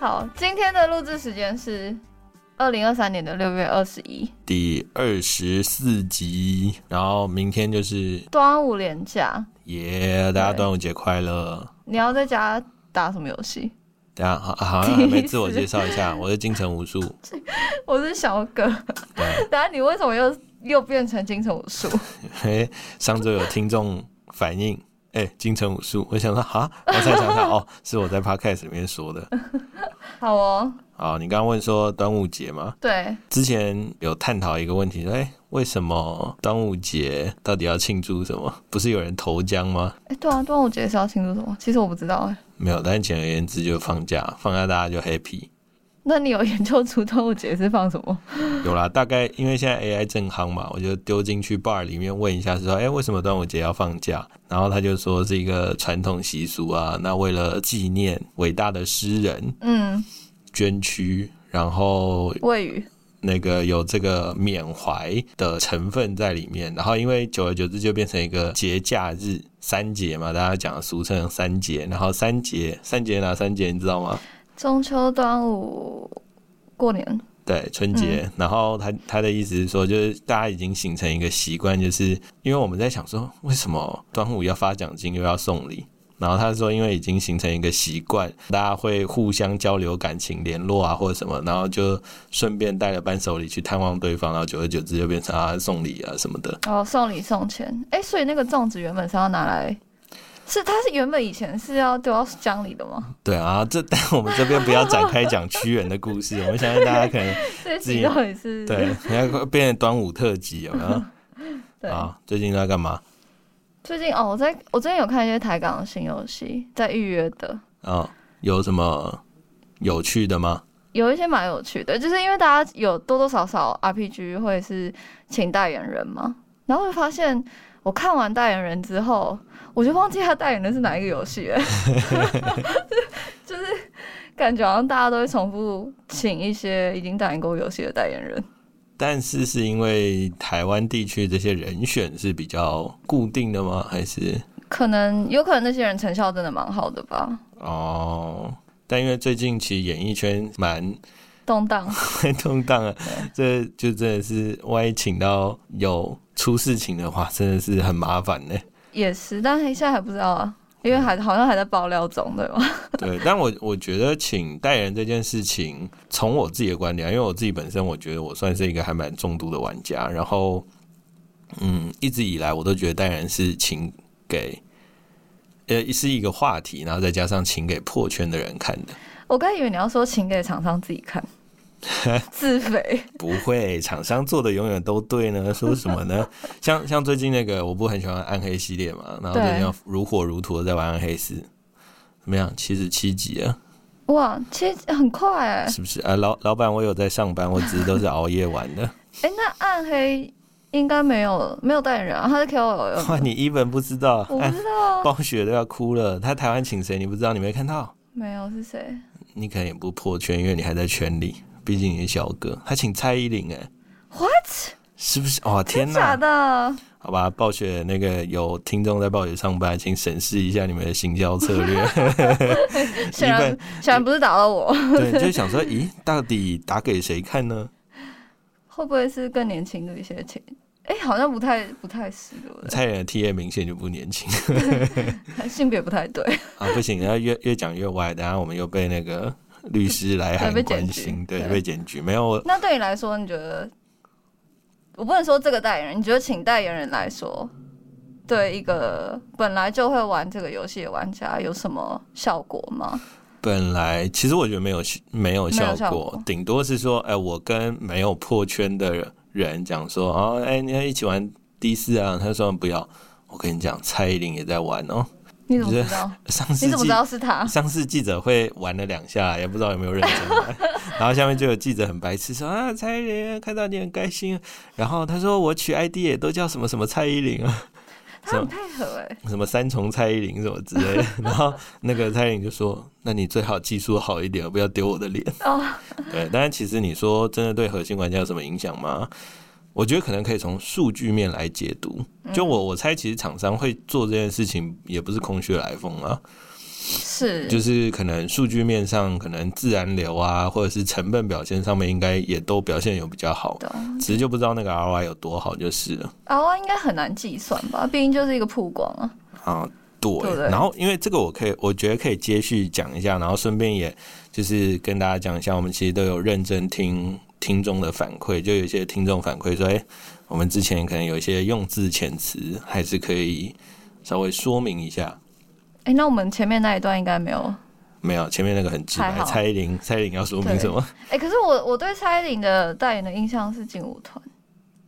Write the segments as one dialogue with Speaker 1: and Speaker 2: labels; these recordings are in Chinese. Speaker 1: 好，今天的录制时间是二零二三年的六月二十一，
Speaker 2: 第二十四集，然后明天就是
Speaker 1: 端午连假，
Speaker 2: 耶大家端午节快乐！
Speaker 1: 你要在家打什么游戏？
Speaker 2: 等一下好好像还没自我介绍一下，我是金城武术，
Speaker 1: 我是小葛，
Speaker 2: 对，
Speaker 1: 等下你为什么又又变成金城武术？
Speaker 2: 因为哎上周有听众反映，哎、金城武术，我想说哈，我才想想哦，是我在 podcast 里面说的。
Speaker 1: 好哦，
Speaker 2: 好，你刚刚问说端午节嘛，
Speaker 1: 对，
Speaker 2: 之前有探讨一个问题，说哎、为什么端午节到底要庆祝什么？不是有人投江吗？
Speaker 1: 哎、对啊，端午节是要庆祝什么？其实我不知道哎、
Speaker 2: 没有，但是简而言之就放假，放假大家就 happy。
Speaker 1: 那你有研究出端午节是放什么？
Speaker 2: 有啦，大概因为现在 AI 正夯嘛，我就丢进去 bar 里面问一下，说，哎、为什么端午节要放假？然后他就说是一个传统习俗啊，那为了纪念伟大的诗人
Speaker 1: 嗯，
Speaker 2: 捐躯，然后
Speaker 1: 喂鱼。
Speaker 2: 那个有这个缅怀的成分在里面，然后因为久而久之就变成一个节假日三节嘛，大家讲的俗称三节，然后三节三节哪三节你知道吗？
Speaker 1: 中秋、端午、过年，
Speaker 2: 对春节，然后他他的意思是说，就是大家已经形成一个习惯，就是因为我们在想说，为啊什么端午要发奖金又要送礼？然后他说，因为已经形成一个习惯，大家会互相交流感情、联络啊，或者什么，然后就顺便带了伴手礼去探望对方，然后久而久之就变成啊送礼啊什么的。
Speaker 1: 然后哦送礼送钱。哎、所以那个粽子原本是要拿来，是它是原本以前是要丢到江里的吗？
Speaker 2: 对啊，这但我们这边不要展开讲屈原的故事，我们相信大家可能
Speaker 1: 这
Speaker 2: 自
Speaker 1: 集
Speaker 2: 己
Speaker 1: 到底是？
Speaker 2: 对，人家变成端午特辑有没有？
Speaker 1: 对
Speaker 2: 啊，最近都在干嘛？
Speaker 1: 最近哦，我在我最近有看一些台港的新游戏，在预约的，
Speaker 2: 啊、有什么有趣的吗？
Speaker 1: 有一些蛮有趣的，就是因为大家有多多少少 RPG 会是请代言人嘛，然后会发现我看完代言人之后，我就忘记他代言的是哪一个游戏了， 就是感觉好像大家都会重复请一些已经代言过游戏的代言人。
Speaker 2: 但是是因为台湾地区这些人选是比较固定的吗？还是
Speaker 1: 可能有可能那些人成效真的蛮好的吧，
Speaker 2: 哦？但因为最近其实演艺圈蛮
Speaker 1: 动荡
Speaker 2: 蛮动荡的，这就真的是万一请到有出事情的话，真的是很麻烦呢。
Speaker 1: 也是，但是现在还不知道啊，因为还
Speaker 2: 嗯
Speaker 1: 好像还在爆料中，对吧？
Speaker 2: 对，但我我觉得请代言这件事情，从我自己的观点啊，因为我自己本身我觉得我算是一个还蛮重度的玩家，然后嗯，一直以来我都觉得代言是请给呃是一个话题，然后再加上请给破圈的人看的，
Speaker 1: 我刚以为你要说请给厂商自己 看，自肥。
Speaker 2: 不会厂商做的永远都对呢？说什么呢？像像最近那个我不很喜欢暗黑系列嘛，然后最近
Speaker 1: 对
Speaker 2: 要如火如荼的在玩暗黑四，怎么样？七十七集啊。
Speaker 1: 哇，其实很快哎、
Speaker 2: 是不是啊？老老板，我有在上班，我只是都是熬夜玩 的。
Speaker 1: 哎、那暗黑应该没有没有代言人啊，他是 KOL，有没有
Speaker 2: 哇，你一本不知道，
Speaker 1: 我
Speaker 2: 哎
Speaker 1: 不知道、
Speaker 2: 暴雪都要哭了。他台湾请谁你不知道，你没看到？
Speaker 1: 没有是谁
Speaker 2: 你可能也不破圈，因为你还在圈里，毕竟你是小哥。他请蔡依林，哎，
Speaker 1: ，what？
Speaker 2: 是不是？哇，天
Speaker 1: 真假
Speaker 2: 哪！
Speaker 1: 的？
Speaker 2: 好吧，暴雪那个有听众在暴雪上班，请审视一下你们的行销策略。
Speaker 1: 显然显然不是打到我，
Speaker 2: 对，就是想说，咦，到底打给谁看呢？
Speaker 1: 会不会是更年轻的一些情？哎、好像不太不太是，对不
Speaker 2: 蔡依林的 T A 明显就不年轻
Speaker 1: 对？性别不太对。
Speaker 2: 啊，不行，然后越越讲越歪，等下我们又被那个律师来 函
Speaker 1: 对被检
Speaker 2: 关
Speaker 1: 举
Speaker 2: 心，对，
Speaker 1: 对
Speaker 2: 被检举。没有，我
Speaker 1: 那对你来说，你觉得？我不能说这个代言人，你觉得请代言人来说，对一个本来就会玩这个游戏的玩家有什么效果吗？
Speaker 2: 本来其实我觉得没有没有
Speaker 1: 没
Speaker 2: 效
Speaker 1: 有效
Speaker 2: 果
Speaker 1: 果，
Speaker 2: 顶多是说，哎、我跟没有破圈的人讲说，哦，哎、你要一起玩 D 四啊？他说不要。我跟你讲，蔡依林也在玩哦。
Speaker 1: 你怎么知道？
Speaker 2: 上
Speaker 1: 你
Speaker 2: 世
Speaker 1: 怎么
Speaker 2: 纪
Speaker 1: 知道是他？
Speaker 2: 上次记者会玩了两下，也不知道有没有认真玩。然后下面就有记者很白痴说啊，蔡依林看到你很开心。然后他说我取 ID 也都叫什么什么蔡依林啊，
Speaker 1: 他很配合哎、
Speaker 2: 什么三重蔡依林什么之类 的。然后那个蔡依林就说，那你最好技术好一点，不要丢我的脸。
Speaker 1: 哦，
Speaker 2: 对，但是其实你说真的对核心玩家有什么影响吗？我觉得可能可以从数据面来解
Speaker 1: 嗯
Speaker 2: 读。就我我猜，其实厂商会做这件事情也不是空穴来风啊。
Speaker 1: 是，
Speaker 2: 就是可能数据面上，可能自然流啊，或者是成本表现上面，应该也都表现有比较好，
Speaker 1: 懂。
Speaker 2: 只是就不知道那个 ROI 有多好就是了。
Speaker 1: ROI 应该很难计算吧，毕竟就是一个曝光啊。
Speaker 2: 啊，对。
Speaker 1: 对不对
Speaker 2: 然后因为这个，我可以，我觉得可以接续讲一下，然后顺便也就是跟大家讲一下，我们其实都有认真听听众的反馈，就有一些听众反馈说，哎，我们之前可能有一些用字遣词还是可以稍微说明一下。
Speaker 1: 哎、那我们前面那一段应该没有。
Speaker 2: 没有，前面那个很直
Speaker 1: 还
Speaker 2: 白。
Speaker 1: 好
Speaker 2: 蔡依林，蔡依林要说明什么？
Speaker 1: 哎、可是我我对蔡依林的代言的印象是劲舞团，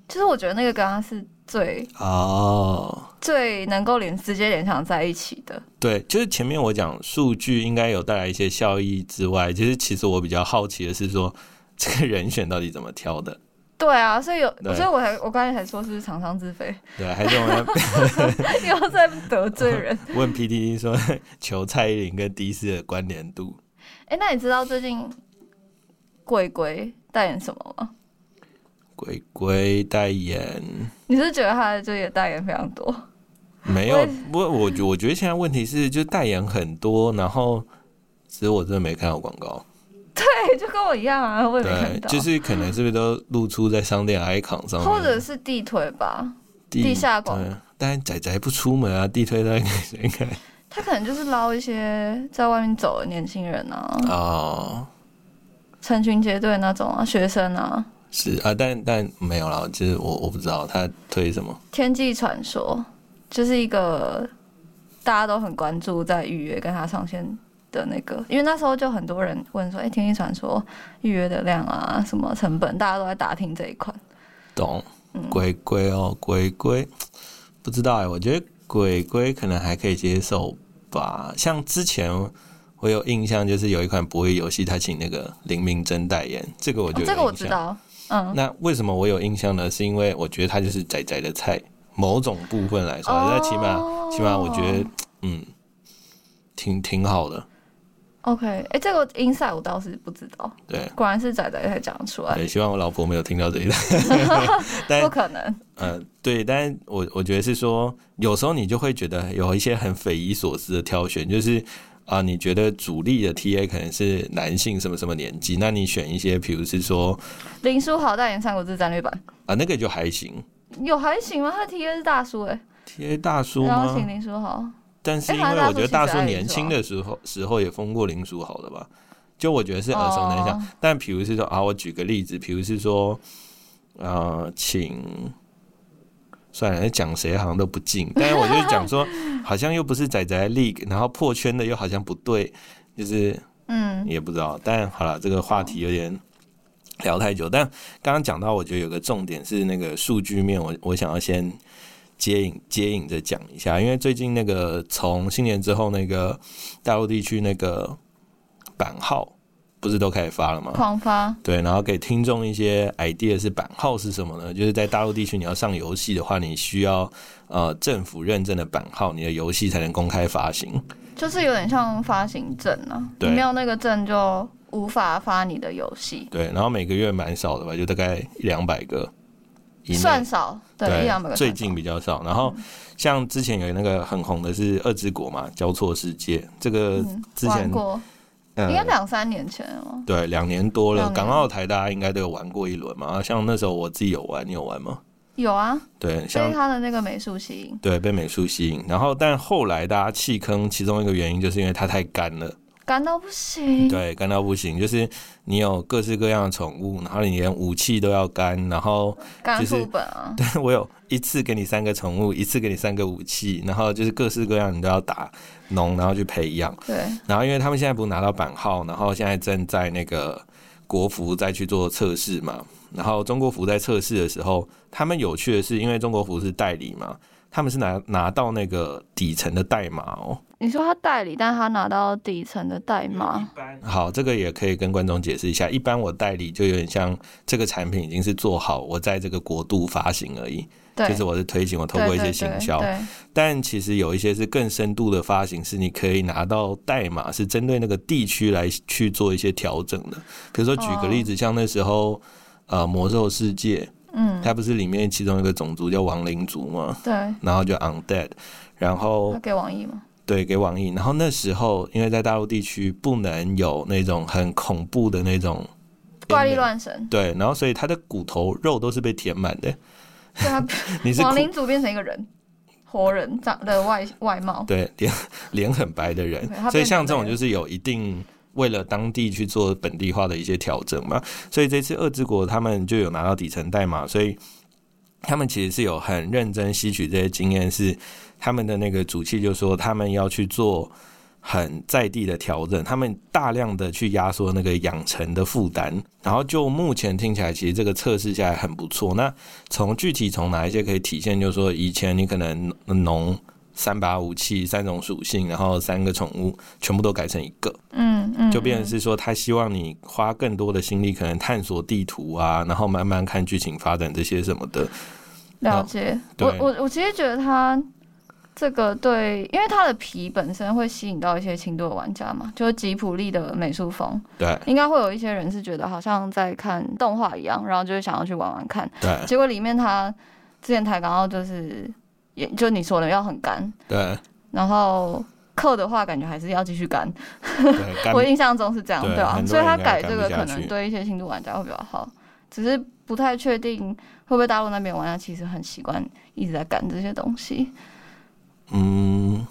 Speaker 1: 就是我觉得那个跟她是最
Speaker 2: 哦，
Speaker 1: 最能够联直接联想在一起的。
Speaker 2: 对，就是前面我讲数据应该有带来一些效益之外，其实其实我比较好奇的是说，这个人选到底怎么挑的？
Speaker 1: 对啊，所以有，
Speaker 2: 对
Speaker 1: 所以我才我刚才才说是不是厂商自费，
Speaker 2: 对啊，还是我们 要
Speaker 1: 又在得罪 人。
Speaker 2: 问 PDD 说 求蔡依林跟迪斯的关联度。
Speaker 1: 哎、那你知道最近贵贵代言什么吗？
Speaker 2: 鬼鬼代言
Speaker 1: 你是觉得他的这也代言非常多？
Speaker 2: 没
Speaker 1: 我
Speaker 2: 有
Speaker 1: 也，
Speaker 2: 不过我觉我觉得现在问题是，就代言很多，然后其实我真的没看到广告，
Speaker 1: 对，就跟我一样啊，我也没
Speaker 2: 对
Speaker 1: 看，到。
Speaker 2: 就是可能是不是都露出在商店 icon 上面，
Speaker 1: 或者是地腿吧，地下广
Speaker 2: 对但仔仔不出门啊，地推在谁看？
Speaker 1: 他可能就是捞一些在外面走的年轻人啊，
Speaker 2: 哦，
Speaker 1: 成群结队那种啊，学生啊，
Speaker 2: 是啊，但但没有啦，就是我我不知道他推什么。
Speaker 1: 《天际传说》就是一个大家都很关注在预约跟他上线的那个，因为那时候就很多人问说，哎、天际传说》预约的量啊，什么成本，大家都在打听这一款。
Speaker 2: 懂，鬼鬼哦，鬼鬼，不知道哎、我觉得鬼鬼可能还可以接受吧。像之前我有印象，就是有一款博弈游戏，他请那个林明真代言，这个我就、
Speaker 1: 哦
Speaker 2: 有
Speaker 1: 这个我
Speaker 2: 印
Speaker 1: 知
Speaker 2: 象。
Speaker 1: 道，嗯，
Speaker 2: 那为什么我有印象呢？是因为我觉得他就是仔仔的菜，某种部分来
Speaker 1: 哦
Speaker 2: 说，那、起码起码我觉得，嗯，挺挺好的。
Speaker 1: OK，哎、这个 inside 我倒是不知道，
Speaker 2: 对
Speaker 1: 果然是仔仔才讲得出来，
Speaker 2: 对，希望我老婆没有听到这 一段。 但
Speaker 1: 不可能。
Speaker 2: 呃，对，但是我我觉得是说，有时候你就会觉得有一些很匪夷所思的挑选，就是啊、你觉得主力的 TA 可能是男性什么什么年纪，那你选一些，比如是说
Speaker 1: 林书豪代言《三国志战略版
Speaker 2: 啊、那个就还行》，
Speaker 1: 有还行吗？他 T A 是大叔哎、
Speaker 2: ，TA 大叔
Speaker 1: 然啊后请
Speaker 2: 吗？
Speaker 1: 林书豪。
Speaker 2: 但是
Speaker 1: 哎
Speaker 2: 因
Speaker 1: 好像
Speaker 2: 为
Speaker 1: 大
Speaker 2: 我
Speaker 1: 叔
Speaker 2: 觉得
Speaker 1: 其
Speaker 2: 大
Speaker 1: 实
Speaker 2: 叔
Speaker 1: 还
Speaker 2: 年
Speaker 1: 不错
Speaker 2: 轻的时候时候也封过林书豪的吧，就我觉得是耳熟能详。
Speaker 1: 哦
Speaker 2: 但比如是说啊，我举个例子，比如是说呃，请算了，讲谁好像都不 进。但是我就讲说，好像又不是仔仔 league，然后破圈的又好像不对，就是
Speaker 1: 嗯，
Speaker 2: 也不知道。但好了，这个话题有点聊太久。但刚刚讲到，我觉得有个重点是那个数据面，我我想要先接引接引着讲一下，因为最近那个从新年之后，那个大陆地区那个版号不是都开始发了吗？
Speaker 1: 狂发，
Speaker 2: 对，然后给听众一些 idea 是版号是什么呢？就是在大陆地区，你要上游戏的话，你需要呃政府认证的版号，你的游戏才能公开发行。
Speaker 1: 就是有点像发行证啊，你
Speaker 2: 对
Speaker 1: 没有那个证就无法发你的游戏，
Speaker 2: 对，然后每个月蛮少的吧，就大概一两百个以内。
Speaker 1: 算少，对，一两百个算少。嗯
Speaker 2: 最近比较少。然后像之前有那个很红的是《二之国》嘛，《交错世界》这个
Speaker 1: 嗯
Speaker 2: 之前
Speaker 1: 玩、过，应该
Speaker 2: 呃、
Speaker 1: 两三年前了吗？
Speaker 2: 对两年多了
Speaker 1: 两，年
Speaker 2: 港澳台大家应该都有玩过一轮嘛。啊像那时候我自己有玩，你有玩吗？
Speaker 1: 有啊，
Speaker 2: 对，像
Speaker 1: 被他的那个美术吸引，
Speaker 2: 对，被美术吸引。然后，但后来大家弃坑，其中一个原因就是因为它太干了，
Speaker 1: 干到不行。
Speaker 2: 对，干到不行。就是你有各式各样的宠物，然后你连武器都要干，然后
Speaker 1: 干
Speaker 2: 就是
Speaker 1: 副本啊，
Speaker 2: 我有一次给你三个宠物，一次给你三个武器，然后就是各式各样你都要打农，然后去培养。
Speaker 1: 对，
Speaker 2: 然后因为他们现在不是拿到版号，然后现在正在那个国服再去做测试嘛。然后中国服在测试的时候，他们有趣的是，因为中国服是代理嘛，他们是拿拿到那个底层的代码哦。
Speaker 1: 你说他代理，但他拿到底层的代码，
Speaker 2: 好，这个也可以跟观众解释一下。一般我代理就有点像这个产品已经是做好，我在这个国度发行而已，
Speaker 1: 对，
Speaker 2: 就是我是推行，我透过一些行销。
Speaker 1: 对对对
Speaker 2: 但其实有一些是更深度的发行，是你可以拿到代码，是针对那个地区来去做一些调整的。比如说举
Speaker 1: 哦
Speaker 2: 个例子，像那时候呃《魔兽世界》，
Speaker 1: 嗯，
Speaker 2: 它不是里面其中一个种族叫亡灵族嘛，
Speaker 1: 对，
Speaker 2: 然后就 Undead，然后
Speaker 1: 嗯他给网易嘛，
Speaker 2: 对，给网易。然后那时候，因为在大陆地区不能有那种很恐怖的那种
Speaker 1: 怪力，乱神，
Speaker 2: 对，然后所以他的骨头肉都是被填满的。
Speaker 1: 对他
Speaker 2: 你是
Speaker 1: 往
Speaker 2: 苦
Speaker 1: 领主变成一个人，活人长的外外貌，
Speaker 2: 对脸脸很白的人
Speaker 1: 对他，
Speaker 2: 所以
Speaker 1: 变
Speaker 2: 像
Speaker 1: 白
Speaker 2: 这种
Speaker 1: 了
Speaker 2: 就是有一定为了当地去做本地化的一些调整嘛。所以这次二之国他们就有拿到底层代码，所以他们其实是有很认真吸取这些经验，是他们的那个主气就说他们要去做。很在地的调整，他们大量的去压缩那个养成的负担，然后就目前听起来，其实这个测试下来很不错。那从具体从哪一些可以体现，就是说以前你可能农三把武器、三种属性，然后三个宠物全部都改成一个，
Speaker 1: 嗯嗯，
Speaker 2: 就变成
Speaker 1: 嗯
Speaker 2: 是说他希望你花更多的心力，可能探索地图啊，然后慢慢看剧情发展这些什么的。
Speaker 1: 了解。
Speaker 2: 对
Speaker 1: 我我我其实觉得他这个对，因为他的皮本身会吸引到一些轻度的玩家嘛，就是吉普力的美术风，
Speaker 2: 对
Speaker 1: 应该会有一些人是觉得好像在看动画一样，然后就是想要去玩玩看。
Speaker 2: 对
Speaker 1: 结果里面他之前抬刚到就是，也就你说的要很干，
Speaker 2: 对
Speaker 1: 然后刻的话感觉还是要继续干。
Speaker 2: 对，干
Speaker 1: 我印象中是这样，
Speaker 2: 对
Speaker 1: 对啊
Speaker 2: 很，多
Speaker 1: 所以
Speaker 2: 人
Speaker 1: 他
Speaker 2: 应该
Speaker 1: 改
Speaker 2: 干
Speaker 1: 这
Speaker 2: 不
Speaker 1: 个
Speaker 2: 下
Speaker 1: 可
Speaker 2: 去
Speaker 1: 能对一些轻度玩家会比较好，只是不太确定会不会大陆那边玩家其实很习惯一直在赶这些东西。
Speaker 2: 嗯，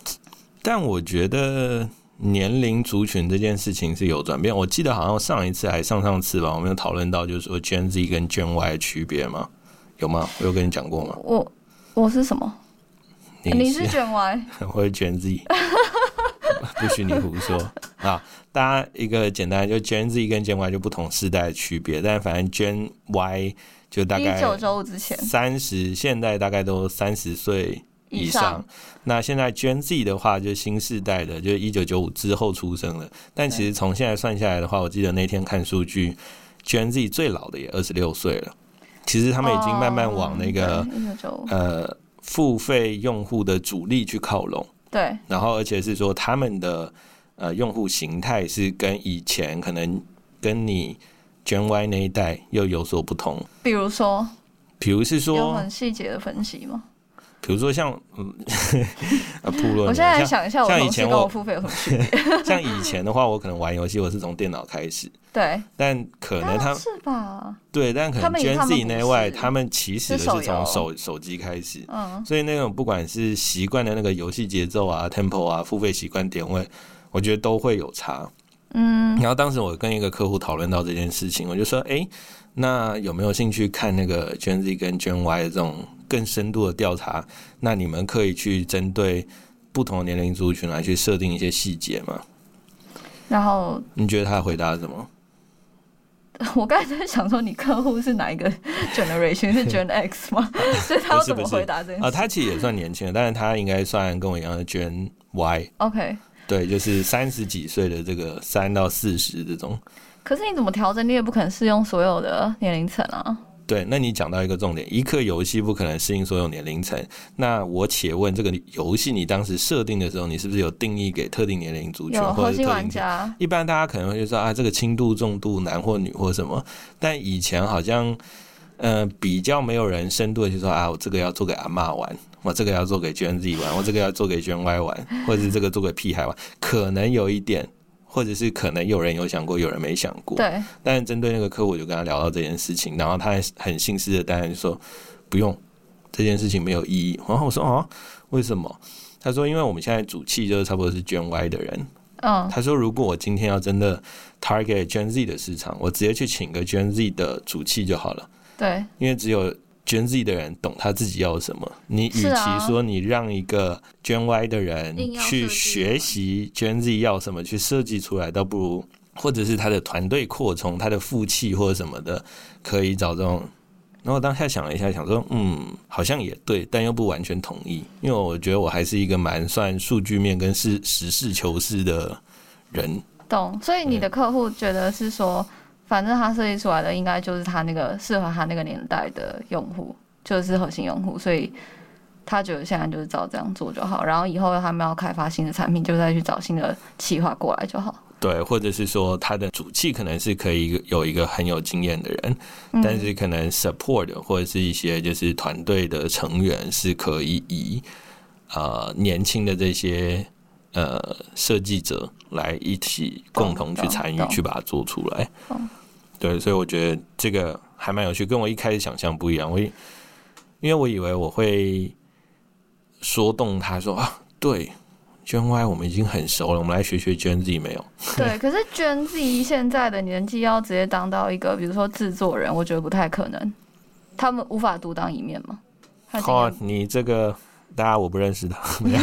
Speaker 2: 但我觉得年龄族群这件事情是有转变。我记得好像上一次还上上次吧，我们有讨论到就是说 Gen Z 跟 Gen Y 的区别吗？有吗？我有跟你讲过吗？
Speaker 1: 我我是什么？你是卷歪？
Speaker 2: 我是 Gen Z，不许你胡说啊！大家一个简单，就 Gen Z 跟 Gen Y 就不同世代的区别，但反正 Gen Y 就 大概
Speaker 1: 一九周五之前
Speaker 2: 三十，现在大概都三十岁以上。
Speaker 1: 上，
Speaker 2: 那现在 Gen Z 的话，就是新世代的，就是一九九五之后出生的。但其实从现在算下来的话，我记得那天看数据，Gen Z 最老的也二十六岁了。其实他们已经慢慢往那个、
Speaker 1: 一九九五，
Speaker 2: 呃付费用户的主力去靠拢。
Speaker 1: 对
Speaker 2: 然后而且是说他们的呃用户形态是跟以前可能跟你 Gen Y 那一代又有所不同，
Speaker 1: 比如说
Speaker 2: 比如是
Speaker 1: 有
Speaker 2: 说
Speaker 1: 很，细节的分析吗？
Speaker 2: 比如说像 嗯，啊，部落，
Speaker 1: 我现在
Speaker 2: 像
Speaker 1: 想一下，我
Speaker 2: 像
Speaker 1: 同
Speaker 2: 以
Speaker 1: 事
Speaker 2: 前
Speaker 1: 跟我
Speaker 2: 我
Speaker 1: 付费 有什么区别？
Speaker 2: 像以前的话，我可能玩游戏我是从电脑开始，
Speaker 1: 对，
Speaker 2: 但可能他
Speaker 1: 是吧？
Speaker 2: 对，但可
Speaker 1: 他
Speaker 2: 能
Speaker 1: 们以为
Speaker 2: Gen
Speaker 1: 他们
Speaker 2: Z
Speaker 1: 不
Speaker 2: 那
Speaker 1: 是
Speaker 2: 外他们其
Speaker 1: 是
Speaker 2: 实是
Speaker 1: 手
Speaker 2: 从
Speaker 1: 游
Speaker 2: 手手机开始，
Speaker 1: 嗯，
Speaker 2: 所以那种不管是习惯的那个游戏节奏啊、tempo 啊、付费习惯点位，我觉得都会有差。嗯，然后当时我跟一个客户讨论到这件事情，我就说：“哎、那有没有兴趣看那个 Gen Z 跟 Gen Y 的这种更深度的调查？那你们可以去针对不同的年龄族群来去设定一些细节吗？
Speaker 1: 然后
Speaker 2: 你觉得他的回答是什么？
Speaker 1: 我刚才在想说，你客户是哪一个 generation？是 Gen X 吗？ 所以他要
Speaker 2: 不是
Speaker 1: 怎么
Speaker 2: 不是
Speaker 1: 回答这件
Speaker 2: 啊、
Speaker 1: 事
Speaker 2: 他其实也算年轻的，但是他应该算跟我一样的 Gen Y，
Speaker 1: ？OK，
Speaker 2: 对，就是三十几岁的这个三到四十这种。
Speaker 1: 可是你怎么调整？你也不可能适用所有的年龄层啊。
Speaker 2: 对，那你讲到一个重点，一个游戏不可能适应所有年龄层。那我且问，这个游戏你当时设定的时候，你是不是有定义给特定年龄族群
Speaker 1: 有
Speaker 2: 或
Speaker 1: 核
Speaker 2: 者是
Speaker 1: 心
Speaker 2: 特
Speaker 1: 玩
Speaker 2: 定群？
Speaker 1: 家，
Speaker 2: 一般大家可能会说啊，这个轻度、重度，男或女或什么。但以前好像，呃，比较没有人深度的去说啊，我这个要做给阿嬷玩，我这个要做给 Gen Z 玩，我这个要做给 Gen Y 玩，或者是这个做给屁孩玩，可能有一点，或者是可能有人有想过，有人没想过。
Speaker 1: 对，
Speaker 2: 但是针对那个客户，我就跟他聊到这件事情，然后他还很信誓的当然说不用，这件事情没有意义。然后我说哦，为什么？他说因为我们现在主气就是差不多是 Gen Y 的人。
Speaker 1: 嗯，
Speaker 2: 他说如果我今天要真的 target Gen Z 的市场，我直接去请个 Gen Z 的主气就好了，
Speaker 1: 对，
Speaker 2: 因为只有。Gen Z 的人懂他自己要什么。你与
Speaker 1: 是啊
Speaker 2: 其说你让一个 Gen Y 的人
Speaker 3: 硬要设
Speaker 2: 去
Speaker 3: 计
Speaker 2: 学习 Gen Z 要什么，去设计出来，倒不如或者是他的团队扩充，他的负气或者什么的，可以找这种。然后我当下想了一下，想说，嗯，好像也对，但又不完全同意，因为我觉得我还是一个蛮算数据面跟实实事求是的人。
Speaker 1: 懂。所以你
Speaker 2: 嗯
Speaker 1: 的客户觉得是说，反正他设计出来的应该就是他那个适合他那个年代的用户，就是核心用户，所以。他觉得现在就是照这样做就好，然后以后他们要开发新的产品，就再去找新的企划过来就好。
Speaker 2: 对，或者是说他的主气可能是可以有一个很有经验的人，
Speaker 1: 嗯
Speaker 2: 但是可能 support 或者是一些就是团队的成员是可以以呃年轻的这些呃设计者来一起
Speaker 1: 懂
Speaker 2: 共同去
Speaker 1: 懂
Speaker 2: 参与
Speaker 1: 懂
Speaker 2: 去把它做出来
Speaker 1: 懂。
Speaker 2: 对，所以我觉得这个还蛮有趣，跟我一开始想象不一样。我以因为我以为我会说动他说啊，对，Gen Y 我们已经很熟了，我们来学学 Gen Z 没有？
Speaker 1: 对，可是捐自己现在的年纪要直接当到一个，比如说制作人，我觉得不太可能，他们无法独当一面嘛。他经
Speaker 2: 哦
Speaker 1: 验，
Speaker 2: 你这个大家我不认识 的，没有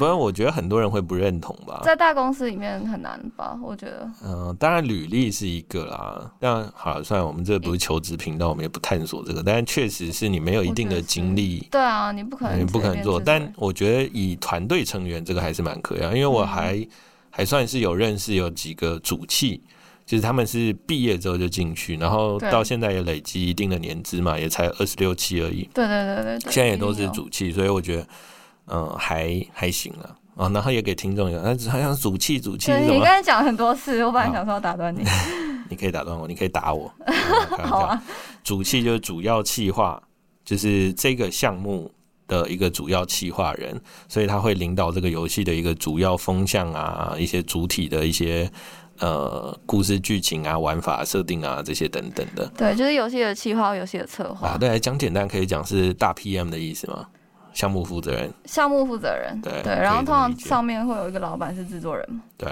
Speaker 2: 不然我觉得很多人会不认同吧。
Speaker 1: 在大公司里面很难吧？我觉得
Speaker 2: 嗯、当然履历是一个啦，但好了，算了，我们这不是求职频道，我们也不探索这个，但确实是你没有一定的经历，
Speaker 1: 对啊，你不可能，
Speaker 2: 你不可能做。但我觉得以团队成员这个还是蛮可以啊，因为
Speaker 1: 嗯
Speaker 2: 我还、还算是有认识有几个主气。就是他们是毕业之后就进去，然后
Speaker 1: 对
Speaker 2: 到现在也累积一定的年资嘛，也才二十六七而已。
Speaker 1: 对对对对对，
Speaker 2: 现在也都
Speaker 1: 一
Speaker 2: 是
Speaker 1: 定有
Speaker 2: 主气，所以我觉得，嗯、还还行了啊。然后也给听众一个，啊好像主气主气是
Speaker 1: 对
Speaker 2: 什
Speaker 1: 你
Speaker 2: 么？
Speaker 1: 刚才讲很多次，我本来想说要打断你，
Speaker 2: 你可以打断我，你可以 打我。嗯开玩
Speaker 1: 好
Speaker 2: 笑，
Speaker 1: 啊，
Speaker 2: 主气就是主要气化，就是这个项目的一个主要气化人，所以他会领导这个游戏的一个主要风向啊，一些主体的一些呃故事剧情啊、玩法设定啊这些等等的。
Speaker 1: 对，就是游戏的企划、游戏的策
Speaker 2: 啊，
Speaker 1: 划、
Speaker 2: 对，讲简单可以讲是大 PM 的意思嘛，项目负责人。
Speaker 1: 项目负责人，
Speaker 2: 对可以
Speaker 1: 然后
Speaker 2: 这
Speaker 1: 通
Speaker 2: 么
Speaker 1: 常
Speaker 2: 理解
Speaker 1: 上面会有一个老板是制作人嘛，
Speaker 2: 对，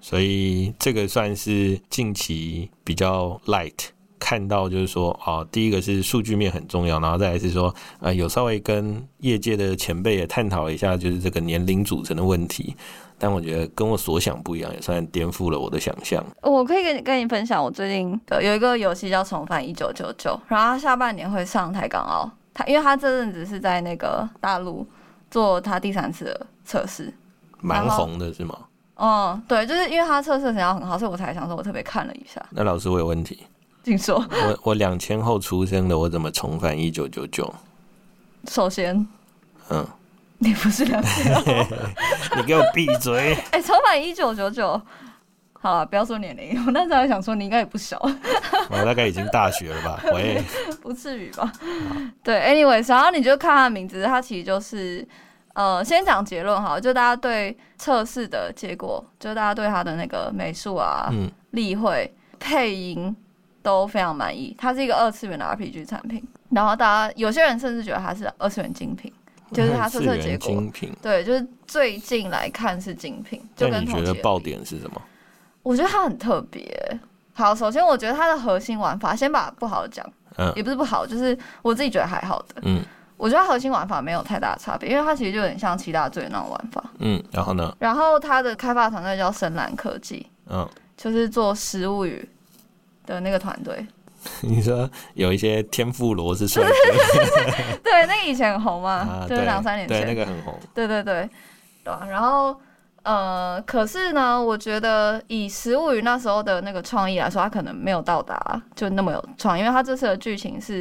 Speaker 2: 所以这个算是近期比较 light 看到，就是说啊、第一个是数据面很重要，然后再来是说啊、呃有稍微跟业界的前辈也探讨了一下，就是这个年龄组成的问题。但我觉得跟我所想不一样，也算颠覆了我的想象。
Speaker 1: 呃我可以跟你跟你分享，我最近的有一个游戏叫《重返一九九九》，然后它下半年会上台港澳。它因为它这阵子是在那个大陆做它第三次的测试，
Speaker 2: 蛮
Speaker 1: 然后
Speaker 2: 红的是吗？
Speaker 1: 嗯，对，就是因为它测试成效很好，所以我才想说，我特别看了一下。
Speaker 2: 那老师我有问题，
Speaker 1: 听说，
Speaker 2: 我我两千后出生的，我怎么重返一九九九？
Speaker 1: 首先
Speaker 2: 嗯，
Speaker 1: 你不是两千，
Speaker 2: 你给我闭 嘴！
Speaker 1: 哎，重返一九九九，好了，不要说年龄，我那时候还想说你应该也不小，
Speaker 2: 我大概已经大学了吧？喂，
Speaker 1: 不至于吧？ 对，anyways，然后你就看它的名字，它其实就是，呃，先讲结论好了，就大家对测试的结果，就大家对它的那个美术啊、
Speaker 2: 嗯，
Speaker 1: 例会、配音都非常满意。它是一个二次元的 RPG 产品，然后大家有些人甚至觉得它是二次元精品，就是它测
Speaker 2: 次
Speaker 1: 测结
Speaker 2: 元
Speaker 1: 果，
Speaker 2: 精品。
Speaker 1: 对，就是最近来看是精品，就
Speaker 2: 那
Speaker 1: 跟
Speaker 2: 你
Speaker 1: 同
Speaker 2: 觉
Speaker 1: 期
Speaker 2: 得
Speaker 1: 的
Speaker 2: 爆点是什么？
Speaker 1: 我觉得它很特别。好，首先我觉得它的核心玩法，先把不好的讲，
Speaker 2: 嗯
Speaker 1: 也不是不好，就是我自己觉得还好的。
Speaker 2: 嗯
Speaker 1: 我觉得它核心玩法没有太大的差别，因为它其实就有点像七大罪那种玩法。
Speaker 2: 嗯，然后呢？
Speaker 1: 然后它的开发团队叫深蓝科技，
Speaker 2: 嗯，
Speaker 1: 就是做食物语的那个团队。
Speaker 2: 你说有一些天妇罗是帅哥
Speaker 1: 对，那个以前很红嘛，
Speaker 2: 啊，
Speaker 1: 就是两三年前。
Speaker 2: 对那个很红，
Speaker 1: 对对对，对啊、然后呃，可是呢，我觉得以食物语那时候的那个创意来说，它可能没有到达就那么有创意，因为它这次的剧情是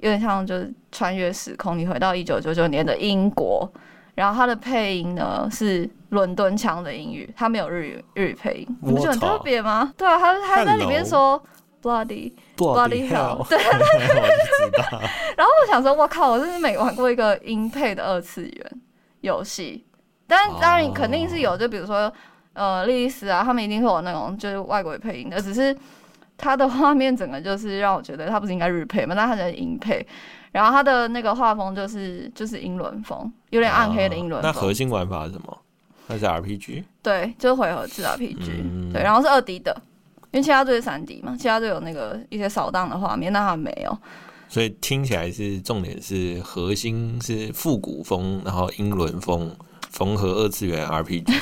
Speaker 1: 有点像就是穿越时空，你回到一九九九年的英国，然后它的配音呢是伦敦腔的英语，它没有日语日语配音，你不觉得很
Speaker 2: 我操
Speaker 1: 特别吗？对啊，它它在里面说 bloody。Bloody hell
Speaker 2: 对， 我就知 道，
Speaker 1: 然后我想说，我靠，我真是没玩过一个音配的二次元游戏。但
Speaker 2: 哦
Speaker 1: 当然肯定是有，就比如说呃，莉莉丝啊，他们一定会有那种就是外国配音的，只是它的画面整个就是让我觉得它不是应该日配嘛，但它的音配，然后它的那个画风就是就是英伦风，有点暗黑的英伦
Speaker 2: 那
Speaker 1: 风，
Speaker 2: 核心玩法是什么？那是 RPG，
Speaker 1: 对，就是回合制 RPG，、
Speaker 2: 嗯
Speaker 1: 对，然后是二 D 的。因为其他队是三 D 嘛，其他队有那个一些扫荡的画面，但它没有。
Speaker 2: 所以听起来是重点是核心是复古风，然后英伦风。缝合二次元 RPG，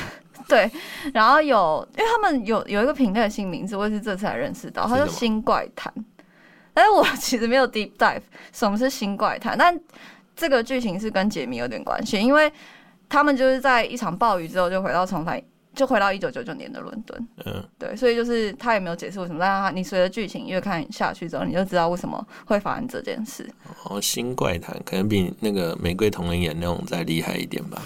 Speaker 1: 对，然后有，因为他们有有一个平台的新名字，我也是这次才认识到，它
Speaker 2: 是
Speaker 1: 叫
Speaker 2: 什么
Speaker 1: 新怪谈。但是我 其实没有 deep dive 什么是新怪谈，但这个剧情是跟解谜有点关系，因为他们就是在一场暴雨之后就回到重返，就回到一九九九年的伦敦。
Speaker 2: 嗯，
Speaker 1: 对，所以就是他也没有解释为什么，但他你随着剧情越看下去之后，你就知道为什么会发生这件事。
Speaker 2: 哦，新怪谈可能比那个玫瑰同人演那种再厉害一点吧，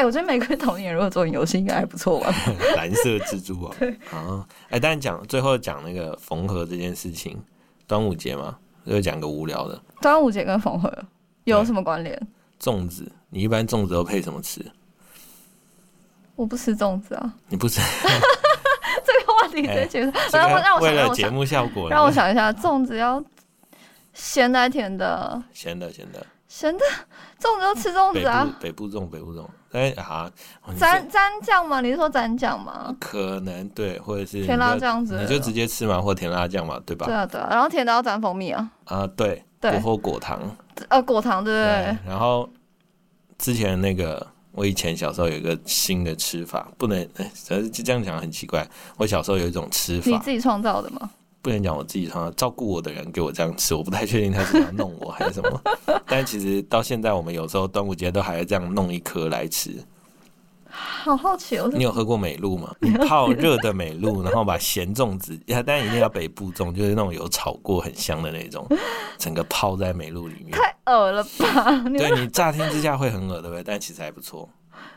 Speaker 1: 哎、我觉得玫瑰童年如果做成游戏应该还不错玩。
Speaker 2: 蓝色蜘蛛网啊！哎、但讲最后讲那个缝合这件事情，端午节嘛，就讲个无聊的
Speaker 1: 端午节跟缝合有
Speaker 2: 对
Speaker 1: 什么关联？
Speaker 2: 粽子。你一般粽子都配什么吃？
Speaker 1: 我不吃粽子啊，
Speaker 2: 你不吃？
Speaker 1: 这个话题直接结束。
Speaker 2: 这
Speaker 1: 然后
Speaker 2: 个
Speaker 1: 让我
Speaker 2: 哎
Speaker 1: 想，
Speaker 2: 为
Speaker 1: 让
Speaker 2: 了
Speaker 1: 我
Speaker 2: 节
Speaker 1: 想，
Speaker 2: 目效果呢，
Speaker 1: 让我 想一下，粽子要咸的还是甜的？
Speaker 2: 咸的咸的，
Speaker 1: 咸的，粽子就吃粽
Speaker 2: 北
Speaker 1: 子
Speaker 2: 部、
Speaker 1: 啊，
Speaker 2: 北部粽北部粽，哎啊，哦你
Speaker 1: 蘸蘸酱吗？你是说蘸酱吗
Speaker 2: 这？可能对，或者是
Speaker 1: 甜
Speaker 2: 你
Speaker 1: 辣
Speaker 2: 就
Speaker 1: 酱之类
Speaker 2: 你
Speaker 1: 的
Speaker 2: 就直接吃嘛，或甜辣酱嘛，对吧？
Speaker 1: 对啊对啊，然后甜的要蘸蜂蜜啊，
Speaker 2: 啊，对，
Speaker 1: 对
Speaker 2: 果或果糖，
Speaker 1: 呃果糖对不对？
Speaker 2: 然后之前那个，我以前小时候有一个新的吃法，不能， 哎，这这样讲很奇怪。我小时候有一种吃
Speaker 1: 你
Speaker 2: 法，
Speaker 1: 自己创造的吗？
Speaker 2: 不能讲我自己创造，照顾我的人给我这样吃，我不太确定他是想弄我还是什 么。但其实到现在，我们有时候端午节都还会这样弄一颗来吃。
Speaker 1: 嗯好好奇哦，
Speaker 2: 你有喝过美露 吗？你泡热的美露，然后把咸粽子，但一定要北部粽，就是那种有炒过很香的那种，整个泡在美露里面。
Speaker 1: 太恶了吧？你
Speaker 2: 对 你乍听之下会很恶，对不对？但其实还不错，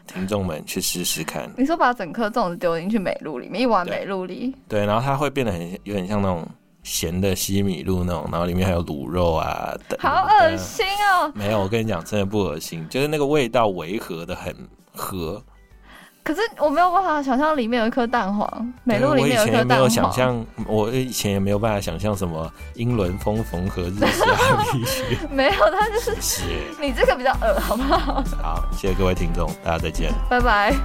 Speaker 2: 听众们去试试看。
Speaker 1: 你说把整颗粽子丢进去美露里面，一碗
Speaker 2: 对
Speaker 1: 美露里，
Speaker 2: 对，然后它会变得很有点像那种咸的西米露那种，然后里面还有卤肉啊，等
Speaker 1: 好恶。心哦！
Speaker 2: 没有，我跟你讲，真的不恶心，就是那个味道违和的很合。
Speaker 1: 可是我没有办法想象里面有一颗蛋黄，美露
Speaker 2: 对
Speaker 1: 里
Speaker 2: 我以
Speaker 1: 面有一
Speaker 2: 前也
Speaker 1: 颗
Speaker 2: 没
Speaker 1: 蛋
Speaker 2: 有
Speaker 1: 黄。
Speaker 2: 想象，我以前也没有办法想象什么英伦风缝合日式啊必须
Speaker 1: 没有，它就是
Speaker 2: 是。
Speaker 1: 你这个比较恶，好不好？
Speaker 2: 好，谢谢各位听众，大家再见。
Speaker 1: 拜拜。